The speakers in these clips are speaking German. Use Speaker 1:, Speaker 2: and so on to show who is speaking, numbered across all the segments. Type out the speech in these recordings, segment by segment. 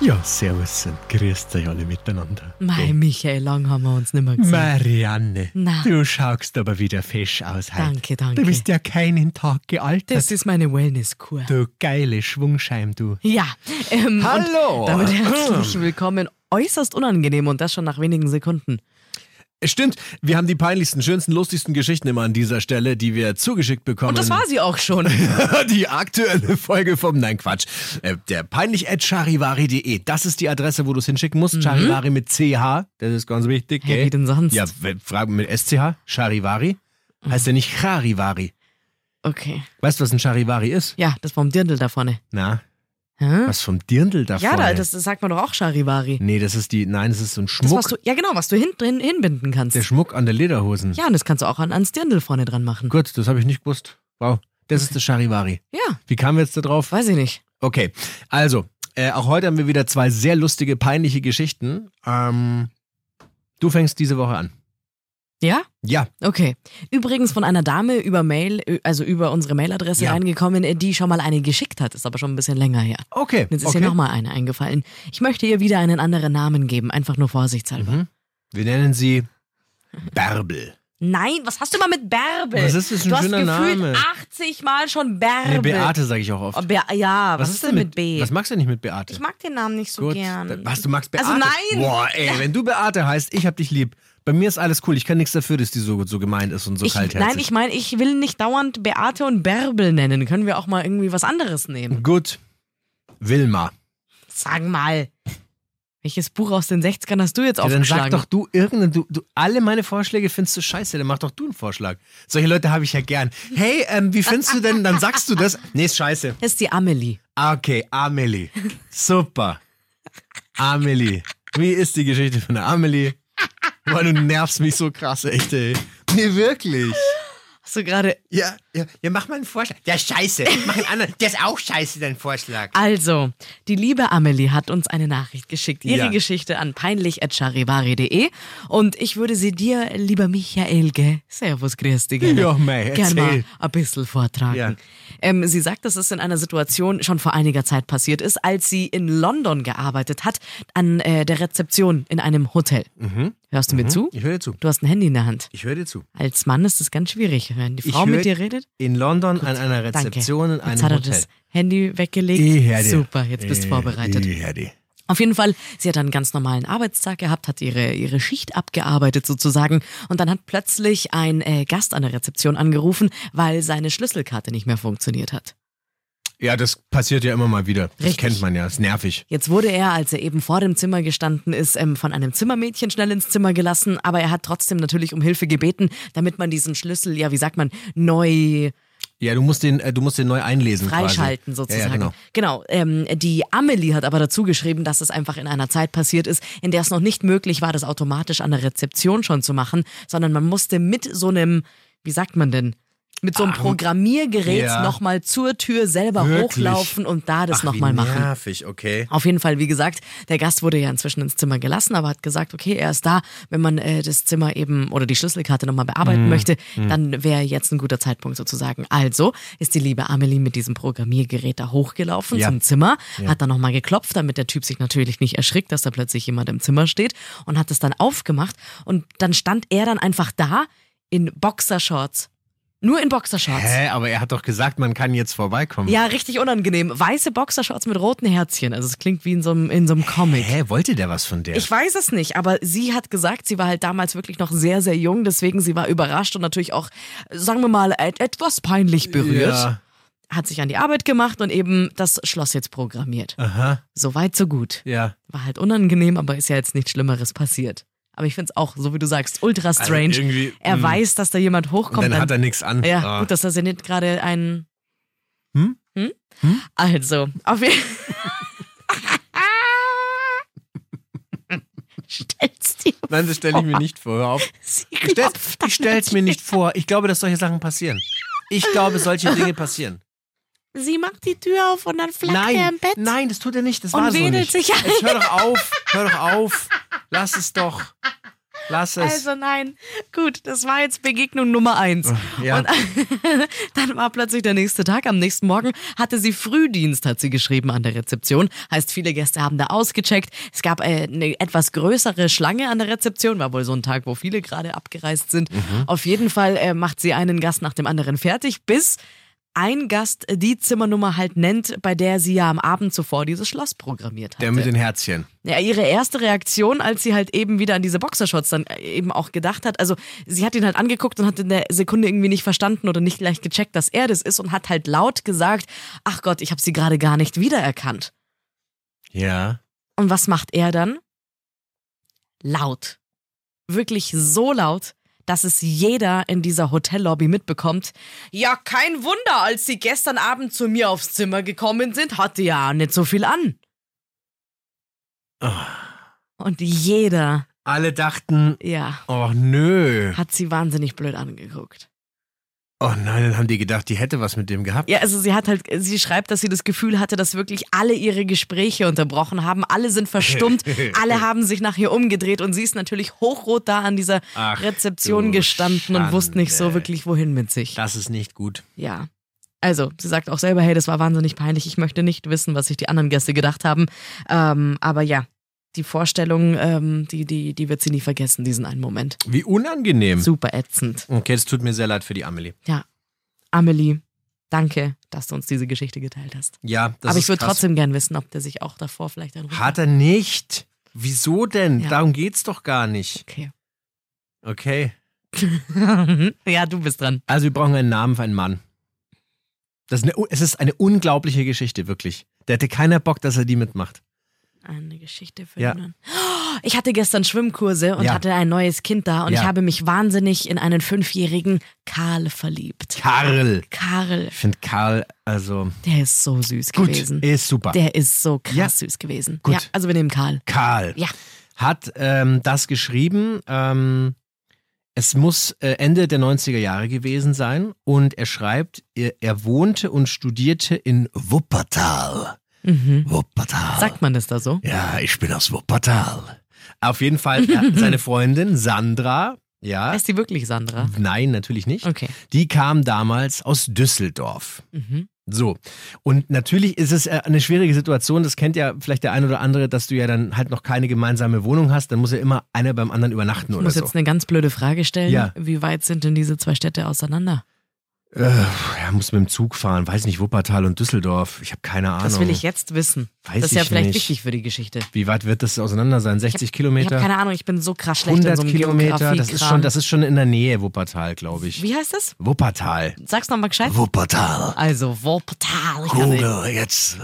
Speaker 1: Ja, servus und grüßt euch alle miteinander.
Speaker 2: Mei, Michael, lang haben wir uns nicht mehr gesehen.
Speaker 1: Marianne,
Speaker 2: Na.
Speaker 1: du schaust aber wieder fesch aus heute.
Speaker 2: Danke, danke.
Speaker 1: Du bist ja keinen Tag gealtert.
Speaker 2: Das ist meine Wellnesskur.
Speaker 1: du geile Schwungscheim, du.
Speaker 2: Ja. Ähm,
Speaker 1: Hallo.
Speaker 2: Und damit herzlich willkommen. Äußerst unangenehm und das schon nach wenigen Sekunden.
Speaker 3: Stimmt, wir haben die peinlichsten, schönsten, lustigsten Geschichten immer an dieser Stelle, die wir zugeschickt bekommen.
Speaker 2: Und das war sie auch schon.
Speaker 3: die aktuelle Folge vom Nein Quatsch. Äh, der peinlich at charivari.de. Das ist die Adresse, wo du es hinschicken musst. Charivari mit CH. Das ist ganz wichtig.
Speaker 2: Hey,
Speaker 3: gell?
Speaker 2: Mhm. wie denn sonst? Mhm.
Speaker 3: Ja, we- Fragen mit SCH. Charivari. Heißt ja nicht Charivari.
Speaker 2: Okay.
Speaker 3: Weißt du, was ein Charivari ist?
Speaker 2: Ja, das vom Dirndl da vorne.
Speaker 3: Na,
Speaker 2: Hä?
Speaker 3: was vom Dirndl da
Speaker 2: Ja, da,
Speaker 3: vorne?
Speaker 2: das, das sagt man doch auch Charivari.
Speaker 3: Nee, das ist die, nein, das ist so ein
Speaker 2: Das, was
Speaker 3: Schmuck.
Speaker 2: du, ja, genau, was du hinten drin hinbinden kannst.
Speaker 3: Der Schmuck an der Lederhosen.
Speaker 2: Ja, und das kannst du auch an, ans Dirndl vorne dran machen.
Speaker 3: Gut, das habe ich nicht gewusst. Wow. Das ist das Charivari.
Speaker 2: Ja,
Speaker 3: Wie kamen wir jetzt da drauf?
Speaker 2: weiß ich nicht.
Speaker 3: Okay, also, äh, auch heute haben wir wieder zwei sehr lustige, peinliche Geschichten. Ähm, du fängst diese Woche an.
Speaker 2: Ja?
Speaker 3: Ja,
Speaker 2: Okay. Übrigens von einer Dame über Mail, ö- also über unsere Mailadresse
Speaker 3: Ja.
Speaker 2: reingekommen, äh, die schon mal eine geschickt hat, ist aber schon ein bisschen länger her.
Speaker 3: okay.
Speaker 2: Jetzt ist
Speaker 3: okay.
Speaker 2: hier nochmal eine eingefallen. Ich möchte ihr wieder einen anderen Namen geben, einfach nur vorsichtshalber.
Speaker 3: Mhm. Wir nennen sie Bärbel.
Speaker 2: Nein, was hast du mal mit Bärbel?
Speaker 3: Was ist das für ein
Speaker 2: du hast
Speaker 3: schöner
Speaker 2: gefühlt
Speaker 3: Name?
Speaker 2: 80 Mal schon Bärbel.
Speaker 3: Nee, Beate sage ich auch
Speaker 2: Oh,
Speaker 3: oft.
Speaker 2: Be ja, was, ist denn mit, B?
Speaker 3: Was magst du denn nicht mit Beate?
Speaker 2: ich mag den Namen nicht so
Speaker 3: Gut.
Speaker 2: gern.
Speaker 3: Was, du magst Beate?
Speaker 2: Also nein!
Speaker 3: Boah, ey, wenn du Beate heißt, ich hab dich lieb. Bei mir ist alles cool. Ich kann nichts dafür, dass die so, so gemein ist und so
Speaker 2: ich,
Speaker 3: kaltherzig.
Speaker 2: nein, ich meine, ich will nicht dauernd Beate und Bärbel nennen. Können wir auch mal irgendwie was anderes nehmen?
Speaker 3: Gut. Wilma.
Speaker 2: Sag mal. Welches Buch aus den 60ern hast du jetzt
Speaker 3: Ja, dann
Speaker 2: aufgeschlagen?
Speaker 3: sag doch du irgendeinen, du, du, alle meine Vorschläge findest du scheiße, dann mach doch du einen Vorschlag. Solche Leute habe ich ja gern. Hey, ähm, wie findest du denn, dann sagst du das. Nee, ist scheiße.
Speaker 2: Das ist die Amelie.
Speaker 3: Ah, Okay, Amelie. Super. Amelie. Wie ist die Geschichte von der Amelie? Boah, du nervst mich so krass, echt, ey. Nee, wirklich.
Speaker 2: Hast du gerade
Speaker 3: Ja, ja, ja, mach mal einen Vorschlag. Der ist scheiße. Mach einen anderen. Der ist auch scheiße, dein Vorschlag.
Speaker 2: Also, die liebe Amelie hat uns eine Nachricht geschickt. Ihre
Speaker 3: Ja.
Speaker 2: Geschichte an peinlich.charivari.de. Und ich würde sie dir, lieber Michael, gell? Servus, grüß dich. gerne-
Speaker 3: Ja, mei,
Speaker 2: gerne mal
Speaker 3: erzähl.
Speaker 2: ein bisschen vortragen.
Speaker 3: Ja.
Speaker 2: Ähm, sie sagt, dass es in einer Situation schon vor einiger Zeit passiert ist, als sie in London gearbeitet hat, an äh, der Rezeption in einem Hotel.
Speaker 3: Mhm.
Speaker 2: Hörst du mir zu?
Speaker 3: Ich höre dir zu.
Speaker 2: Du hast ein Handy in der Hand.
Speaker 3: Ich höre dir zu.
Speaker 2: Als Mann ist es ganz schwierig, wenn die
Speaker 3: Ich
Speaker 2: Frau
Speaker 3: hör-
Speaker 2: mit dir redet.
Speaker 3: In London an einer
Speaker 2: Danke.
Speaker 3: Rezeption in
Speaker 2: Jetzt
Speaker 3: einem
Speaker 2: hat er
Speaker 3: Hotel. Eh,
Speaker 2: das Handy weggelegt.
Speaker 3: Ich hör dir.
Speaker 2: Super, jetzt bist du
Speaker 3: Ich-
Speaker 2: vorbereitet.
Speaker 3: Ich hör dir.
Speaker 2: Auf jeden Fall, sie hat einen ganz normalen Arbeitstag gehabt, hat ihre, ihre Schicht abgearbeitet sozusagen und dann hat plötzlich ein äh, Gast an der Rezeption angerufen, weil seine Schlüsselkarte nicht mehr funktioniert hat.
Speaker 3: Ja, das passiert ja immer mal wieder. Das
Speaker 2: Richtig.
Speaker 3: kennt man ja, ist nervig.
Speaker 2: Jetzt wurde er, als er eben vor dem Zimmer gestanden ist, ähm, von einem Zimmermädchen schnell ins Zimmer gelassen, aber er hat trotzdem natürlich um Hilfe gebeten, damit man diesen Schlüssel, ja, wie sagt man, neu
Speaker 3: Ja, du musst den, äh, du musst den neu einlesen.
Speaker 2: freischalten
Speaker 3: quasi.
Speaker 2: sozusagen.
Speaker 3: Ja, ja, genau.
Speaker 2: genau ähm, die Amelie hat aber dazu geschrieben, dass es einfach in einer Zeit passiert ist, in der es noch nicht möglich war, das automatisch an der Rezeption schon zu machen, sondern man musste mit so einem, wie sagt man denn, mit so einem Programmiergerät
Speaker 3: Ah, ja.
Speaker 2: nochmal zur Tür selber
Speaker 3: Wirklich?
Speaker 2: hochlaufen und da das
Speaker 3: Ach, wie
Speaker 2: nochmal machen. Oh
Speaker 3: Nervig, okay.
Speaker 2: Auf jeden Fall, wie gesagt, der Gast wurde ja inzwischen ins Zimmer gelassen, aber hat gesagt, okay, er ist da. Wenn man äh, das Zimmer eben oder die Schlüsselkarte nochmal bearbeiten
Speaker 3: Mhm.
Speaker 2: möchte, dann wäre jetzt ein guter Zeitpunkt sozusagen. Also ist die liebe Amelie mit diesem Programmiergerät da hochgelaufen
Speaker 3: Ja.
Speaker 2: zum Zimmer, hat dann nochmal geklopft, damit der Typ sich natürlich nicht erschrickt, dass da plötzlich jemand im Zimmer steht und hat es dann aufgemacht und dann stand er dann einfach da in Boxershorts. Nur in Boxershorts.
Speaker 3: Hä, aber er hat doch gesagt, man kann jetzt vorbeikommen.
Speaker 2: Ja, richtig unangenehm. Weiße Boxershorts mit roten Herzchen. Also es klingt wie in so einem, in so einem Comic.
Speaker 3: Hä, wollte der was von der?
Speaker 2: Ich weiß es nicht, aber sie hat gesagt, sie war halt damals wirklich noch sehr, sehr jung, deswegen sie war überrascht und natürlich auch, sagen wir mal, et etwas peinlich berührt.
Speaker 3: Ja,
Speaker 2: Hat sich an die Arbeit gemacht und eben das Schloss jetzt programmiert.
Speaker 3: aha,
Speaker 2: So weit, so gut.
Speaker 3: ja.
Speaker 2: War halt unangenehm, aber ist ja jetzt nichts Schlimmeres passiert. Aber ich find's auch, so wie du sagst, ultra
Speaker 3: Also
Speaker 2: strange.
Speaker 3: irgendwie,
Speaker 2: er
Speaker 3: mh.
Speaker 2: weiß, dass da jemand
Speaker 3: Und
Speaker 2: hochkommt.
Speaker 3: dann,
Speaker 2: dann-
Speaker 3: hat er nichts an.
Speaker 2: ja,
Speaker 3: Ah.
Speaker 2: gut, dass das ja nicht gerade ein.
Speaker 3: Hm?
Speaker 2: Hm? Also, auf jeden Stell's dir
Speaker 3: Nein, das stelle ich
Speaker 2: Oh.
Speaker 3: mir nicht vor. Hör auf.
Speaker 2: Sie
Speaker 3: Ich stell's,
Speaker 2: klopft
Speaker 3: ich stell's mir nicht vor. Ich glaube, dass solche Sachen passieren. Ich glaube, solche Dinge passieren.
Speaker 2: Sie macht die Tür auf und dann flackt er im
Speaker 3: Nein,
Speaker 2: Bett.
Speaker 3: nein, das tut er nicht. Das
Speaker 2: Und
Speaker 3: war so
Speaker 2: wedelt
Speaker 3: nicht.
Speaker 2: sich ein.
Speaker 3: Jetzt hör doch auf, hör doch auf. Lass es doch. Lass es.
Speaker 2: Also nein, gut, das war jetzt Begegnung Nummer eins.
Speaker 3: ja.
Speaker 2: Und dann war plötzlich der nächste Tag. Am nächsten Morgen hatte sie Frühdienst, hat sie geschrieben an der Rezeption. Heißt, viele Gäste haben da ausgecheckt. Es gab äh, eine etwas größere Schlange an der Rezeption. War wohl so ein Tag, wo viele gerade abgereist sind.
Speaker 3: Mhm.
Speaker 2: Auf jeden Fall äh, macht sie einen Gast nach dem anderen fertig, bis ein Gast die Zimmernummer halt nennt, bei der sie ja am Abend zuvor dieses Schloss programmiert hat.
Speaker 3: Der mit den Herzchen.
Speaker 2: Ja, ihre erste Reaktion, als sie halt eben wieder an diese Boxershots dann äh, eben auch gedacht hat, also sie hat ihn halt angeguckt und hat in der Sekunde irgendwie nicht verstanden oder nicht gleich gecheckt, dass er das ist und hat halt laut gesagt, ach Gott, ich habe sie gerade gar nicht wiedererkannt.
Speaker 3: Ja.
Speaker 2: Und was macht er dann? Laut. Wirklich so laut, dass es jeder in dieser Hotellobby mitbekommt. Ja, kein Wunder, als sie gestern Abend zu mir aufs Zimmer gekommen sind, hatte ja nicht so viel an. Und jeder,
Speaker 3: Alle dachten,
Speaker 2: ja,
Speaker 3: oh nö.
Speaker 2: hat sie wahnsinnig blöd angeguckt.
Speaker 3: Oh nein, dann haben die gedacht, die hätte was mit dem gehabt.
Speaker 2: Ja, also sie hat halt, sie schreibt, dass sie das Gefühl hatte, dass wirklich alle ihre Gespräche unterbrochen haben, alle sind verstummt, alle haben sich nach ihr umgedreht und sie ist natürlich hochrot da an dieser
Speaker 3: Ach,
Speaker 2: Rezeption
Speaker 3: du
Speaker 2: gestanden und wusste nicht so
Speaker 3: Schande.
Speaker 2: wirklich, wohin mit sich.
Speaker 3: Das ist nicht gut.
Speaker 2: Ja. Also, sie sagt auch selber, hey, das war wahnsinnig peinlich, ich möchte nicht wissen, was sich die anderen Gäste gedacht haben. Ähm, aber ja, die Vorstellung, ähm, die, die, die wird sie nie vergessen, diesen einen Moment.
Speaker 3: Wie unangenehm.
Speaker 2: Super ätzend.
Speaker 3: Okay, es tut mir sehr leid für die Amelie.
Speaker 2: Amelie, danke, dass du uns diese Geschichte geteilt hast.
Speaker 3: Ja, das
Speaker 2: Aber
Speaker 3: ist
Speaker 2: ich würde
Speaker 3: krass.
Speaker 2: trotzdem gern wissen, ob der sich auch davor vielleicht ein
Speaker 3: Hat er nicht. Wieso denn?
Speaker 2: Ja.
Speaker 3: Darum geht's doch gar nicht.
Speaker 2: Okay.
Speaker 3: Okay.
Speaker 2: ja, du bist dran.
Speaker 3: Also wir brauchen einen Namen für einen Mann. Das ist eine, es ist eine unglaubliche Geschichte, wirklich. Da hätte keiner Bock, dass er die mitmacht.
Speaker 2: Eine Geschichte für
Speaker 3: Ja.
Speaker 2: einen. Ich hatte gestern Schwimmkurse und
Speaker 3: Ja.
Speaker 2: hatte ein neues Kind da und
Speaker 3: Ja.
Speaker 2: ich habe mich wahnsinnig in einen fünfjährigen Karl verliebt.
Speaker 3: Karl.
Speaker 2: Karl,
Speaker 3: Ich finde Karl, also
Speaker 2: der ist so süß
Speaker 3: gut,
Speaker 2: gewesen.
Speaker 3: ist super.
Speaker 2: Der ist so krass
Speaker 3: Ja.
Speaker 2: süß gewesen.
Speaker 3: Gut.
Speaker 2: Ja, also wir nehmen Karl.
Speaker 3: Karl
Speaker 2: Ja.
Speaker 3: hat ähm, das geschrieben. Ähm, es muss äh, Ende der 90er Jahre gewesen sein. Und er schreibt, er, er wohnte und studierte in Wuppertal.
Speaker 2: Mhm.
Speaker 3: Wuppertal.
Speaker 2: Sagt man das da so?
Speaker 3: Ja, ich bin aus Wuppertal. Auf jeden Fall ja, seine Freundin Sandra. Ja. Mhm.
Speaker 2: Heißt die wirklich Sandra?
Speaker 3: Nein, natürlich nicht.
Speaker 2: Okay.
Speaker 3: Die kam damals aus Düsseldorf.
Speaker 2: Mhm.
Speaker 3: So. Und natürlich ist es äh, eine schwierige Situation. Das kennt ja vielleicht der ein oder andere, dass du ja dann halt noch keine gemeinsame Wohnung hast. Dann muss ja immer einer beim anderen übernachten
Speaker 2: Ich
Speaker 3: oder
Speaker 2: muss
Speaker 3: so.
Speaker 2: jetzt eine ganz blöde Frage stellen.
Speaker 3: Ja.
Speaker 2: Wie weit sind denn diese zwei Städte auseinander?
Speaker 3: Äh, ja, muss mit dem Zug fahren. Weiß nicht, Wuppertal und Düsseldorf. Ich habe keine Ahnung.
Speaker 2: Das will ich jetzt wissen.
Speaker 3: Weiß
Speaker 2: das ist ja
Speaker 3: ich
Speaker 2: vielleicht
Speaker 3: nicht.
Speaker 2: wichtig für die Geschichte.
Speaker 3: Wie weit wird das auseinander sein? 60
Speaker 2: Ich habe
Speaker 3: Kilometer?
Speaker 2: keine Ahnung, ich bin so krass schlecht in
Speaker 3: 100
Speaker 2: so einem
Speaker 3: Kilometer? Das ist,
Speaker 2: Geografiekram.
Speaker 3: schon, das ist schon in der Nähe Wuppertal, glaube ich.
Speaker 2: Wie heißt das?
Speaker 3: Wuppertal.
Speaker 2: Sag's nochmal gescheit.
Speaker 3: Wuppertal.
Speaker 2: Also, Wuppertal. ich kann nicht- Ah.
Speaker 3: Google, jetzt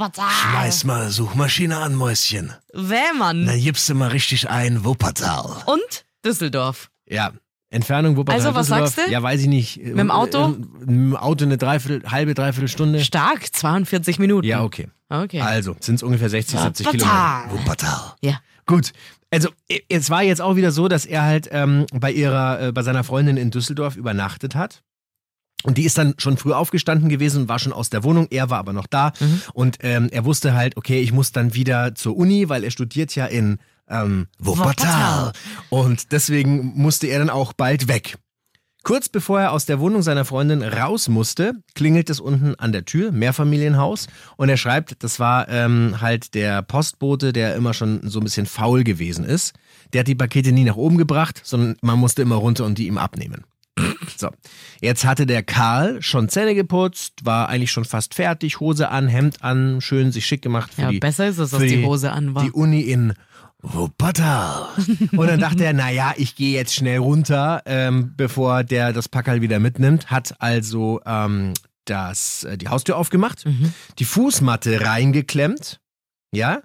Speaker 2: Wuppertal.
Speaker 3: schmeiß mal Suchmaschine an, Mäuschen.
Speaker 2: Wer, Mann?
Speaker 3: Na, gibst du mal richtig ein, Wuppertal.
Speaker 2: Und Düsseldorf.
Speaker 3: Ja. Entfernung Wuppertal.
Speaker 2: Also, was
Speaker 3: Düsseldorf.
Speaker 2: sagst du?
Speaker 3: Ja, weiß ich nicht. Mit
Speaker 2: dem Auto?
Speaker 3: Mit dem Auto eine Dreiviertel, halbe, dreiviertel Stunde.
Speaker 2: Stark, 42 Minuten.
Speaker 3: Ja, okay.
Speaker 2: Okay.
Speaker 3: Also, sind es ungefähr 60, 70
Speaker 2: Wuppertal.
Speaker 3: Kilometer. Wuppertal.
Speaker 2: Ja.
Speaker 3: Gut. Also, e- es war jetzt auch wieder so, dass er halt ähm, bei ihrer, äh, bei seiner Freundin in Düsseldorf übernachtet hat. Und die ist dann schon früh aufgestanden gewesen und war schon aus der Wohnung. Er war aber noch da.
Speaker 2: Mhm.
Speaker 3: Und ähm, er wusste halt, okay, ich muss dann wieder zur Uni, weil er studiert ja in ähm, Wuppertal. Und deswegen musste er dann auch bald weg. Kurz bevor er aus der Wohnung seiner Freundin raus musste, klingelt es unten an der Tür, Mehrfamilienhaus. Und er schreibt, das war ähm, halt der Postbote, der immer schon so ein bisschen faul gewesen ist. Der hat die Pakete nie nach oben gebracht, sondern man musste immer runter und die ihm abnehmen. So, jetzt hatte der Karl schon Zähne geputzt, war eigentlich schon fast fertig, Hose an, Hemd an, schön sich schick gemacht für
Speaker 2: ja,
Speaker 3: die
Speaker 2: besser ist es, dass
Speaker 3: für
Speaker 2: die
Speaker 3: die-
Speaker 2: Hose an war.
Speaker 3: die Uni in Wuppertal. Und dann dachte er, naja, ich gehe jetzt schnell runter, ähm, bevor der das Packerl wieder mitnimmt. Hat also ähm, das, äh, die Haustür aufgemacht,
Speaker 2: Mhm.
Speaker 3: die Fußmatte reingeklemmt. Ja,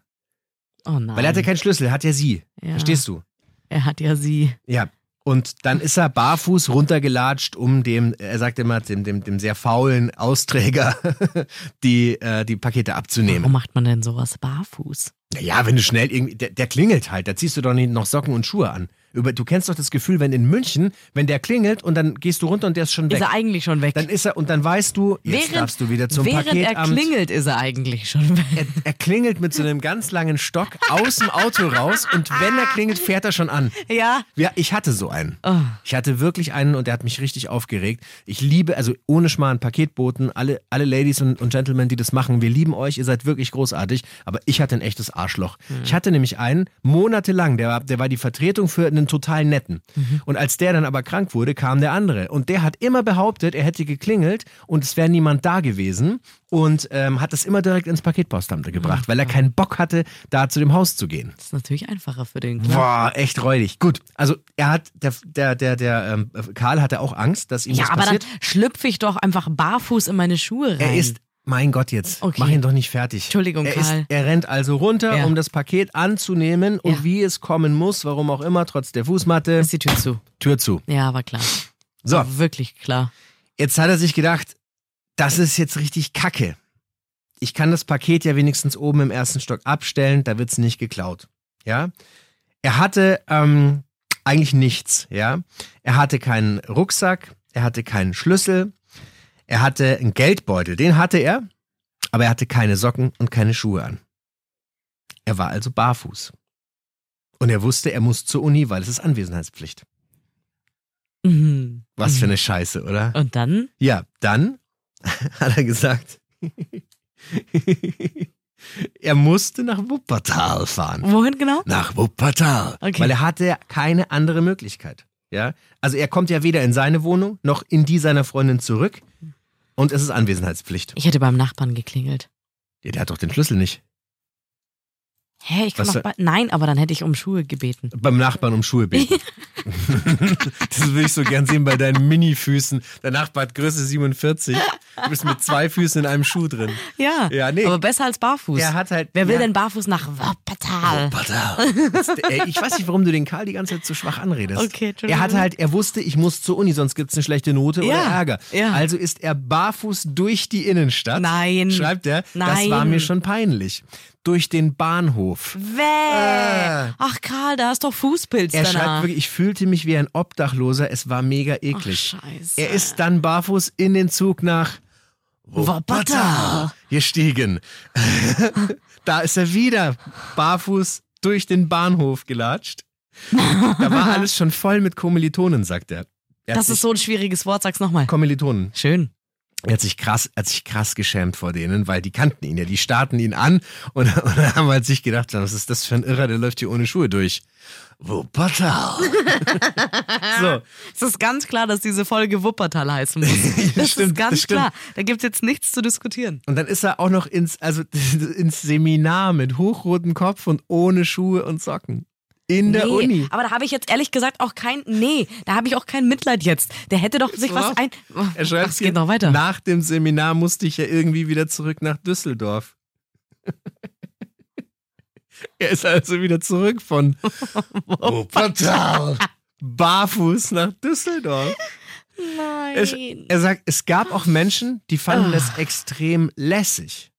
Speaker 2: oh nein.
Speaker 3: weil er hatte keinen Schlüssel, hat ja sie.
Speaker 2: Ja.
Speaker 3: Verstehst du?
Speaker 2: Er hat ja sie.
Speaker 3: Ja. Und dann ist er barfuß runtergelatscht, um dem, er sagt immer, dem, dem, dem sehr faulen Austräger die, äh, die Pakete abzunehmen.
Speaker 2: Warum macht man denn sowas barfuß?
Speaker 3: Naja, wenn du schnell irgendwie, der, der klingelt halt, da ziehst du doch nicht noch Socken und Schuhe an. Über, du kennst doch das Gefühl, wenn in München, wenn der klingelt und dann gehst du runter und der ist schon
Speaker 2: Ist
Speaker 3: weg.
Speaker 2: er eigentlich schon weg?
Speaker 3: dann ist er und dann weißt du, jetzt darfst du wieder zum
Speaker 2: während er
Speaker 3: Paketamt.
Speaker 2: klingelt, ist er eigentlich schon weg.
Speaker 3: Er, er klingelt mit so einem ganz langen Stock aus dem Auto raus und wenn er klingelt, fährt er schon an.
Speaker 2: Ja.
Speaker 3: Ja, ich hatte so einen. Ich hatte wirklich einen und der hat mich richtig aufgeregt. Ich liebe, also ohne Schmarrn, Paketboten, alle, alle Ladies und, und Gentlemen, die das machen, wir lieben euch, ihr seid wirklich großartig, aber ich hatte ein echtes Arschloch. Ich hatte nämlich einen monatelang, der, war- der war die Vertretung für einen total netten. Und als der dann aber krank wurde, kam der andere. Und der hat immer behauptet, er hätte geklingelt und es wäre niemand da gewesen und ähm, hat das immer direkt ins Paketpostamt gebracht, weil er keinen Bock hatte, da zu dem Haus zu gehen.
Speaker 2: Das ist natürlich einfacher für den. Klar.
Speaker 3: Boah, echt räudig. Gut, also er hat, der, der, der, der ähm, Karl hatte auch Angst, dass ihm
Speaker 2: Ja,
Speaker 3: das
Speaker 2: aber dann
Speaker 3: passiert.
Speaker 2: schlüpfe ich doch einfach barfuß in meine Schuhe rein.
Speaker 3: er ist, mein Gott jetzt,
Speaker 2: Okay.
Speaker 3: mach ihn doch nicht fertig.
Speaker 2: Entschuldigung,
Speaker 3: er
Speaker 2: Karl.
Speaker 3: Ist, er rennt also runter,
Speaker 2: Ja.
Speaker 3: um das Paket anzunehmen und
Speaker 2: Ja.
Speaker 3: wie es kommen muss, warum auch immer, trotz der Fußmatte,
Speaker 2: ist die Tür zu.
Speaker 3: Tür zu.
Speaker 2: Ja, war klar.
Speaker 3: So,
Speaker 2: War wirklich klar.
Speaker 3: jetzt hat er sich gedacht, das ist jetzt richtig kacke. Ich kann das Paket ja wenigstens oben im ersten Stock abstellen, da wird's nicht geklaut. Ja? Er hatte ähm, eigentlich nichts, ja. Er hatte keinen Rucksack, er hatte keinen Schlüssel, er hatte einen Geldbeutel, den hatte er, aber er hatte keine Socken und keine Schuhe an. Er war also barfuß. Und er wusste, er muss zur Uni, weil es ist Anwesenheitspflicht.
Speaker 2: Mhm.
Speaker 3: Was für eine Scheiße, oder?
Speaker 2: Und dann?
Speaker 3: Ja, dann hat er gesagt, er musste nach Wuppertal fahren.
Speaker 2: Wohin genau?
Speaker 3: Nach Wuppertal.
Speaker 2: Okay.
Speaker 3: Weil er hatte keine andere Möglichkeit. Ja? Also er kommt ja weder in seine Wohnung noch in die seiner Freundin zurück. Und es ist Anwesenheitspflicht.
Speaker 2: Ich hätte beim Nachbarn geklingelt.
Speaker 3: Ja, der hat doch den Schlüssel nicht.
Speaker 2: Hä, ich kann
Speaker 3: Was
Speaker 2: doch
Speaker 3: da-
Speaker 2: bei- Nein, aber dann hätte ich um Schuhe gebeten.
Speaker 3: Beim Nachbarn um Schuhe beten. das will ich so gern sehen bei deinen Minifüßen. Der Nachbar hat Größe 47. Du bist mit zwei Füßen in einem Schuh drin.
Speaker 2: Ja,
Speaker 3: Ja, nee.
Speaker 2: aber besser als barfuß.
Speaker 3: Er hat halt.
Speaker 2: Wer will
Speaker 3: ja.
Speaker 2: denn barfuß nach Wuppertal?
Speaker 3: Ey, äh, Ich weiß nicht, warum du den Karl die ganze Zeit so schwach anredest.
Speaker 2: Okay, Entschuldigung.
Speaker 3: er hatte halt, er wusste, ich muss zur Uni, sonst gibt's eine schlechte Note oder
Speaker 2: Ja,
Speaker 3: Ärger.
Speaker 2: ja.
Speaker 3: Also ist er barfuß durch die Innenstadt.
Speaker 2: Nein.
Speaker 3: Schreibt er. Das
Speaker 2: Nein.
Speaker 3: war mir schon peinlich. Durch den Bahnhof.
Speaker 2: Wäh.
Speaker 3: Äh.
Speaker 2: Ach Karl, da ist doch Fußpilz
Speaker 3: Er schreibt
Speaker 2: danach.
Speaker 3: wirklich, ich fühlte mich wie ein Obdachloser. Es war mega eklig.
Speaker 2: Ach, scheiße.
Speaker 3: er ist dann barfuß in den Zug nach Wuppertal gestiegen. da ist er wieder barfuß durch den Bahnhof gelatscht. Da war alles schon voll mit Kommilitonen, sagt er. er hat
Speaker 2: Das ist
Speaker 3: sich-
Speaker 2: so ein schwieriges Wort, sag's nochmal.
Speaker 3: Kommilitonen.
Speaker 2: Schön.
Speaker 3: Er hat sich krass, er hat sich krass geschämt vor denen, weil die kannten ihn ja, die starten ihn an und, und haben halt sich gedacht, was ist das für ein Irrer, der läuft hier ohne Schuhe durch. Wuppertal. so,
Speaker 2: Es ist ganz klar, dass diese Folge Wuppertal heißen muss. Das ist
Speaker 3: Stimmt,
Speaker 2: ganz
Speaker 3: das stimmt.
Speaker 2: klar. Da gibt's jetzt nichts zu diskutieren.
Speaker 3: Und dann ist er auch noch ins, also ins Seminar mit hochrotem Kopf und ohne Schuhe und Socken. In der
Speaker 2: nee,
Speaker 3: Uni.
Speaker 2: aber da habe ich jetzt ehrlich gesagt auch kein, nee, da habe ich auch kein Mitleid jetzt. Der hätte doch sich was
Speaker 3: Worauf?
Speaker 2: ein.
Speaker 3: Er
Speaker 2: Ach,
Speaker 3: schreibt
Speaker 2: es
Speaker 3: hier,
Speaker 2: geht noch weiter.
Speaker 3: Nach dem Seminar musste ich ja irgendwie wieder zurück nach Düsseldorf. er ist also wieder zurück von Wuppertal. Barfuß nach Düsseldorf.
Speaker 2: Nein. Ah.
Speaker 3: Es, er sagt, es gab auch Menschen, die fanden das extrem lässig.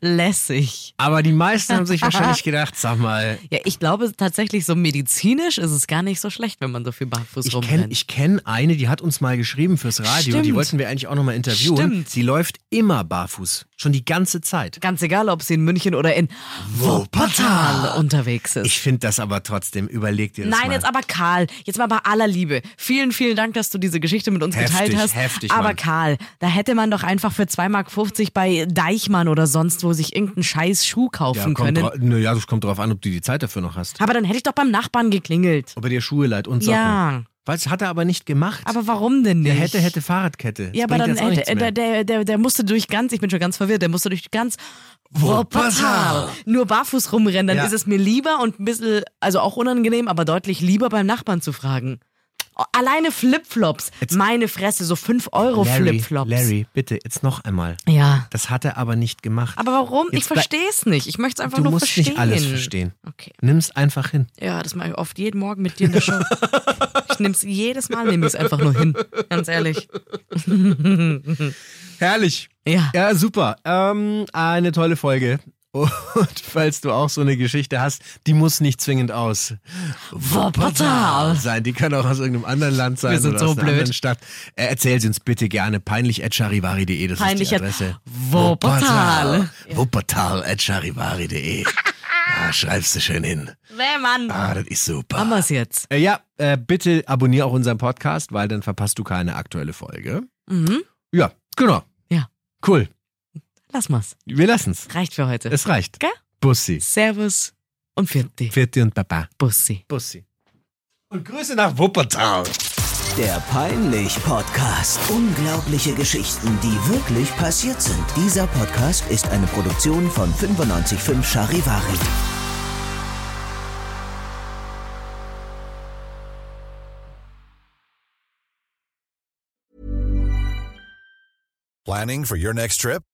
Speaker 2: Lässig.
Speaker 3: Aber die meisten haben sich wahrscheinlich gedacht, sag mal,
Speaker 2: Ja, ich glaube tatsächlich, so medizinisch ist es gar nicht so schlecht, wenn man so viel barfuß
Speaker 3: Ich kenne
Speaker 2: rumrennt.
Speaker 3: ich kenn eine, die hat uns mal geschrieben fürs Radio. Die
Speaker 2: Stimmt.
Speaker 3: wollten wir eigentlich auch nochmal interviewen.
Speaker 2: Stimmt.
Speaker 3: Sie läuft immer barfuß. Schon die ganze Zeit.
Speaker 2: Ganz egal, ob sie in München oder in Wuppertal unterwegs ist.
Speaker 3: Ah. Ich finde das aber trotzdem. Überleg dir das
Speaker 2: Nein,
Speaker 3: mal.
Speaker 2: jetzt aber Karl, jetzt mal bei aller Liebe. Vielen, vielen Dank, dass du diese Geschichte mit uns
Speaker 3: Heftig,
Speaker 2: geteilt hast.
Speaker 3: heftig,
Speaker 2: aber
Speaker 3: Mann.
Speaker 2: Karl, da hätte man doch einfach für 2,50 Mark bei Deichmann oder sonst wo sich irgendeinen scheiß Schuh
Speaker 3: ja,
Speaker 2: kaufen
Speaker 3: kommt
Speaker 2: können.
Speaker 3: drau- nö, ja, das kommt drauf an, ob du die Zeit dafür noch hast.
Speaker 2: Aber dann hätte ich doch beim Nachbarn geklingelt.
Speaker 3: Ob er dir Schuhe leiht und Socken.
Speaker 2: Ja.
Speaker 3: Was hat er aber nicht gemacht.
Speaker 2: Aber warum denn nicht?
Speaker 3: er hätte, hätte Fahrradkette. Das
Speaker 2: Ja, aber
Speaker 3: bringt
Speaker 2: dann
Speaker 3: jetzt auch
Speaker 2: hätte,
Speaker 3: nichts mehr.
Speaker 2: der, der, der, der musste durch ganz, ich bin schon ganz verwirrt, der musste durch ganz
Speaker 3: Wuppertal.
Speaker 2: Wuppertal nur barfuß rumrennen. Dann
Speaker 3: Ja.
Speaker 2: ist es mir lieber und ein bisschen, also auch unangenehm, aber deutlich lieber beim Nachbarn zu fragen. Oh, Alleine Flipflops. Meine Fresse, so 5 Euro
Speaker 3: Larry,
Speaker 2: Flipflops.
Speaker 3: Larry, bitte, jetzt noch einmal.
Speaker 2: Ja.
Speaker 3: Das hat er aber nicht gemacht.
Speaker 2: Aber warum? ich
Speaker 3: Jetzt blei-
Speaker 2: verstehe es nicht. Ich möchte es einfach
Speaker 3: Du
Speaker 2: nur
Speaker 3: musst
Speaker 2: verstehen.
Speaker 3: nicht alles verstehen.
Speaker 2: Okay.
Speaker 3: Nimm's einfach hin.
Speaker 2: Ja, das mache ich oft jeden Morgen mit dir in der Show. ich nehme es jedes Mal, nehme ich es einfach nur hin. Ganz ehrlich.
Speaker 3: Herrlich.
Speaker 2: Ja.
Speaker 3: Ja, super. Ähm, eine tolle Folge. Und falls du auch so eine Geschichte hast, die muss nicht zwingend aus
Speaker 2: Wuppertal.
Speaker 3: sein. Die kann auch aus irgendeinem anderen Land sein
Speaker 2: Wir sind
Speaker 3: oder
Speaker 2: so
Speaker 3: aus einer
Speaker 2: blöd.
Speaker 3: anderen Stadt. Äh, erzähl sie uns bitte gerne. Peinlich at charivari.de, das
Speaker 2: Peinlich
Speaker 3: ist
Speaker 2: at
Speaker 3: die Adresse.
Speaker 2: Wuppertal.
Speaker 3: Wuppertal at charivari.de. Ah, schreibst du schön hin.
Speaker 2: Nee, Mann.
Speaker 3: Ah, das ist super.
Speaker 2: Haben wir's jetzt.
Speaker 3: Äh, ja, äh, bitte abonniere auch unseren Podcast, weil dann verpasst du keine aktuelle Folge.
Speaker 2: Mhm.
Speaker 3: Ja, genau.
Speaker 2: Ja.
Speaker 3: Cool.
Speaker 2: Lass mal's.
Speaker 3: Wir lassen's.
Speaker 2: Reicht für heute.
Speaker 3: Es reicht.
Speaker 2: Gell?
Speaker 3: Bussi.
Speaker 2: Servus und Vierti.
Speaker 3: Vierte und Baba.
Speaker 2: Bussi.
Speaker 3: Bussi. Und Grüße nach Wuppertal.
Speaker 4: Der Peinlich-Podcast. Unglaubliche Geschichten, die wirklich passiert sind. Dieser Podcast ist eine Produktion von 955 Charivari.
Speaker 5: Planning for your next trip?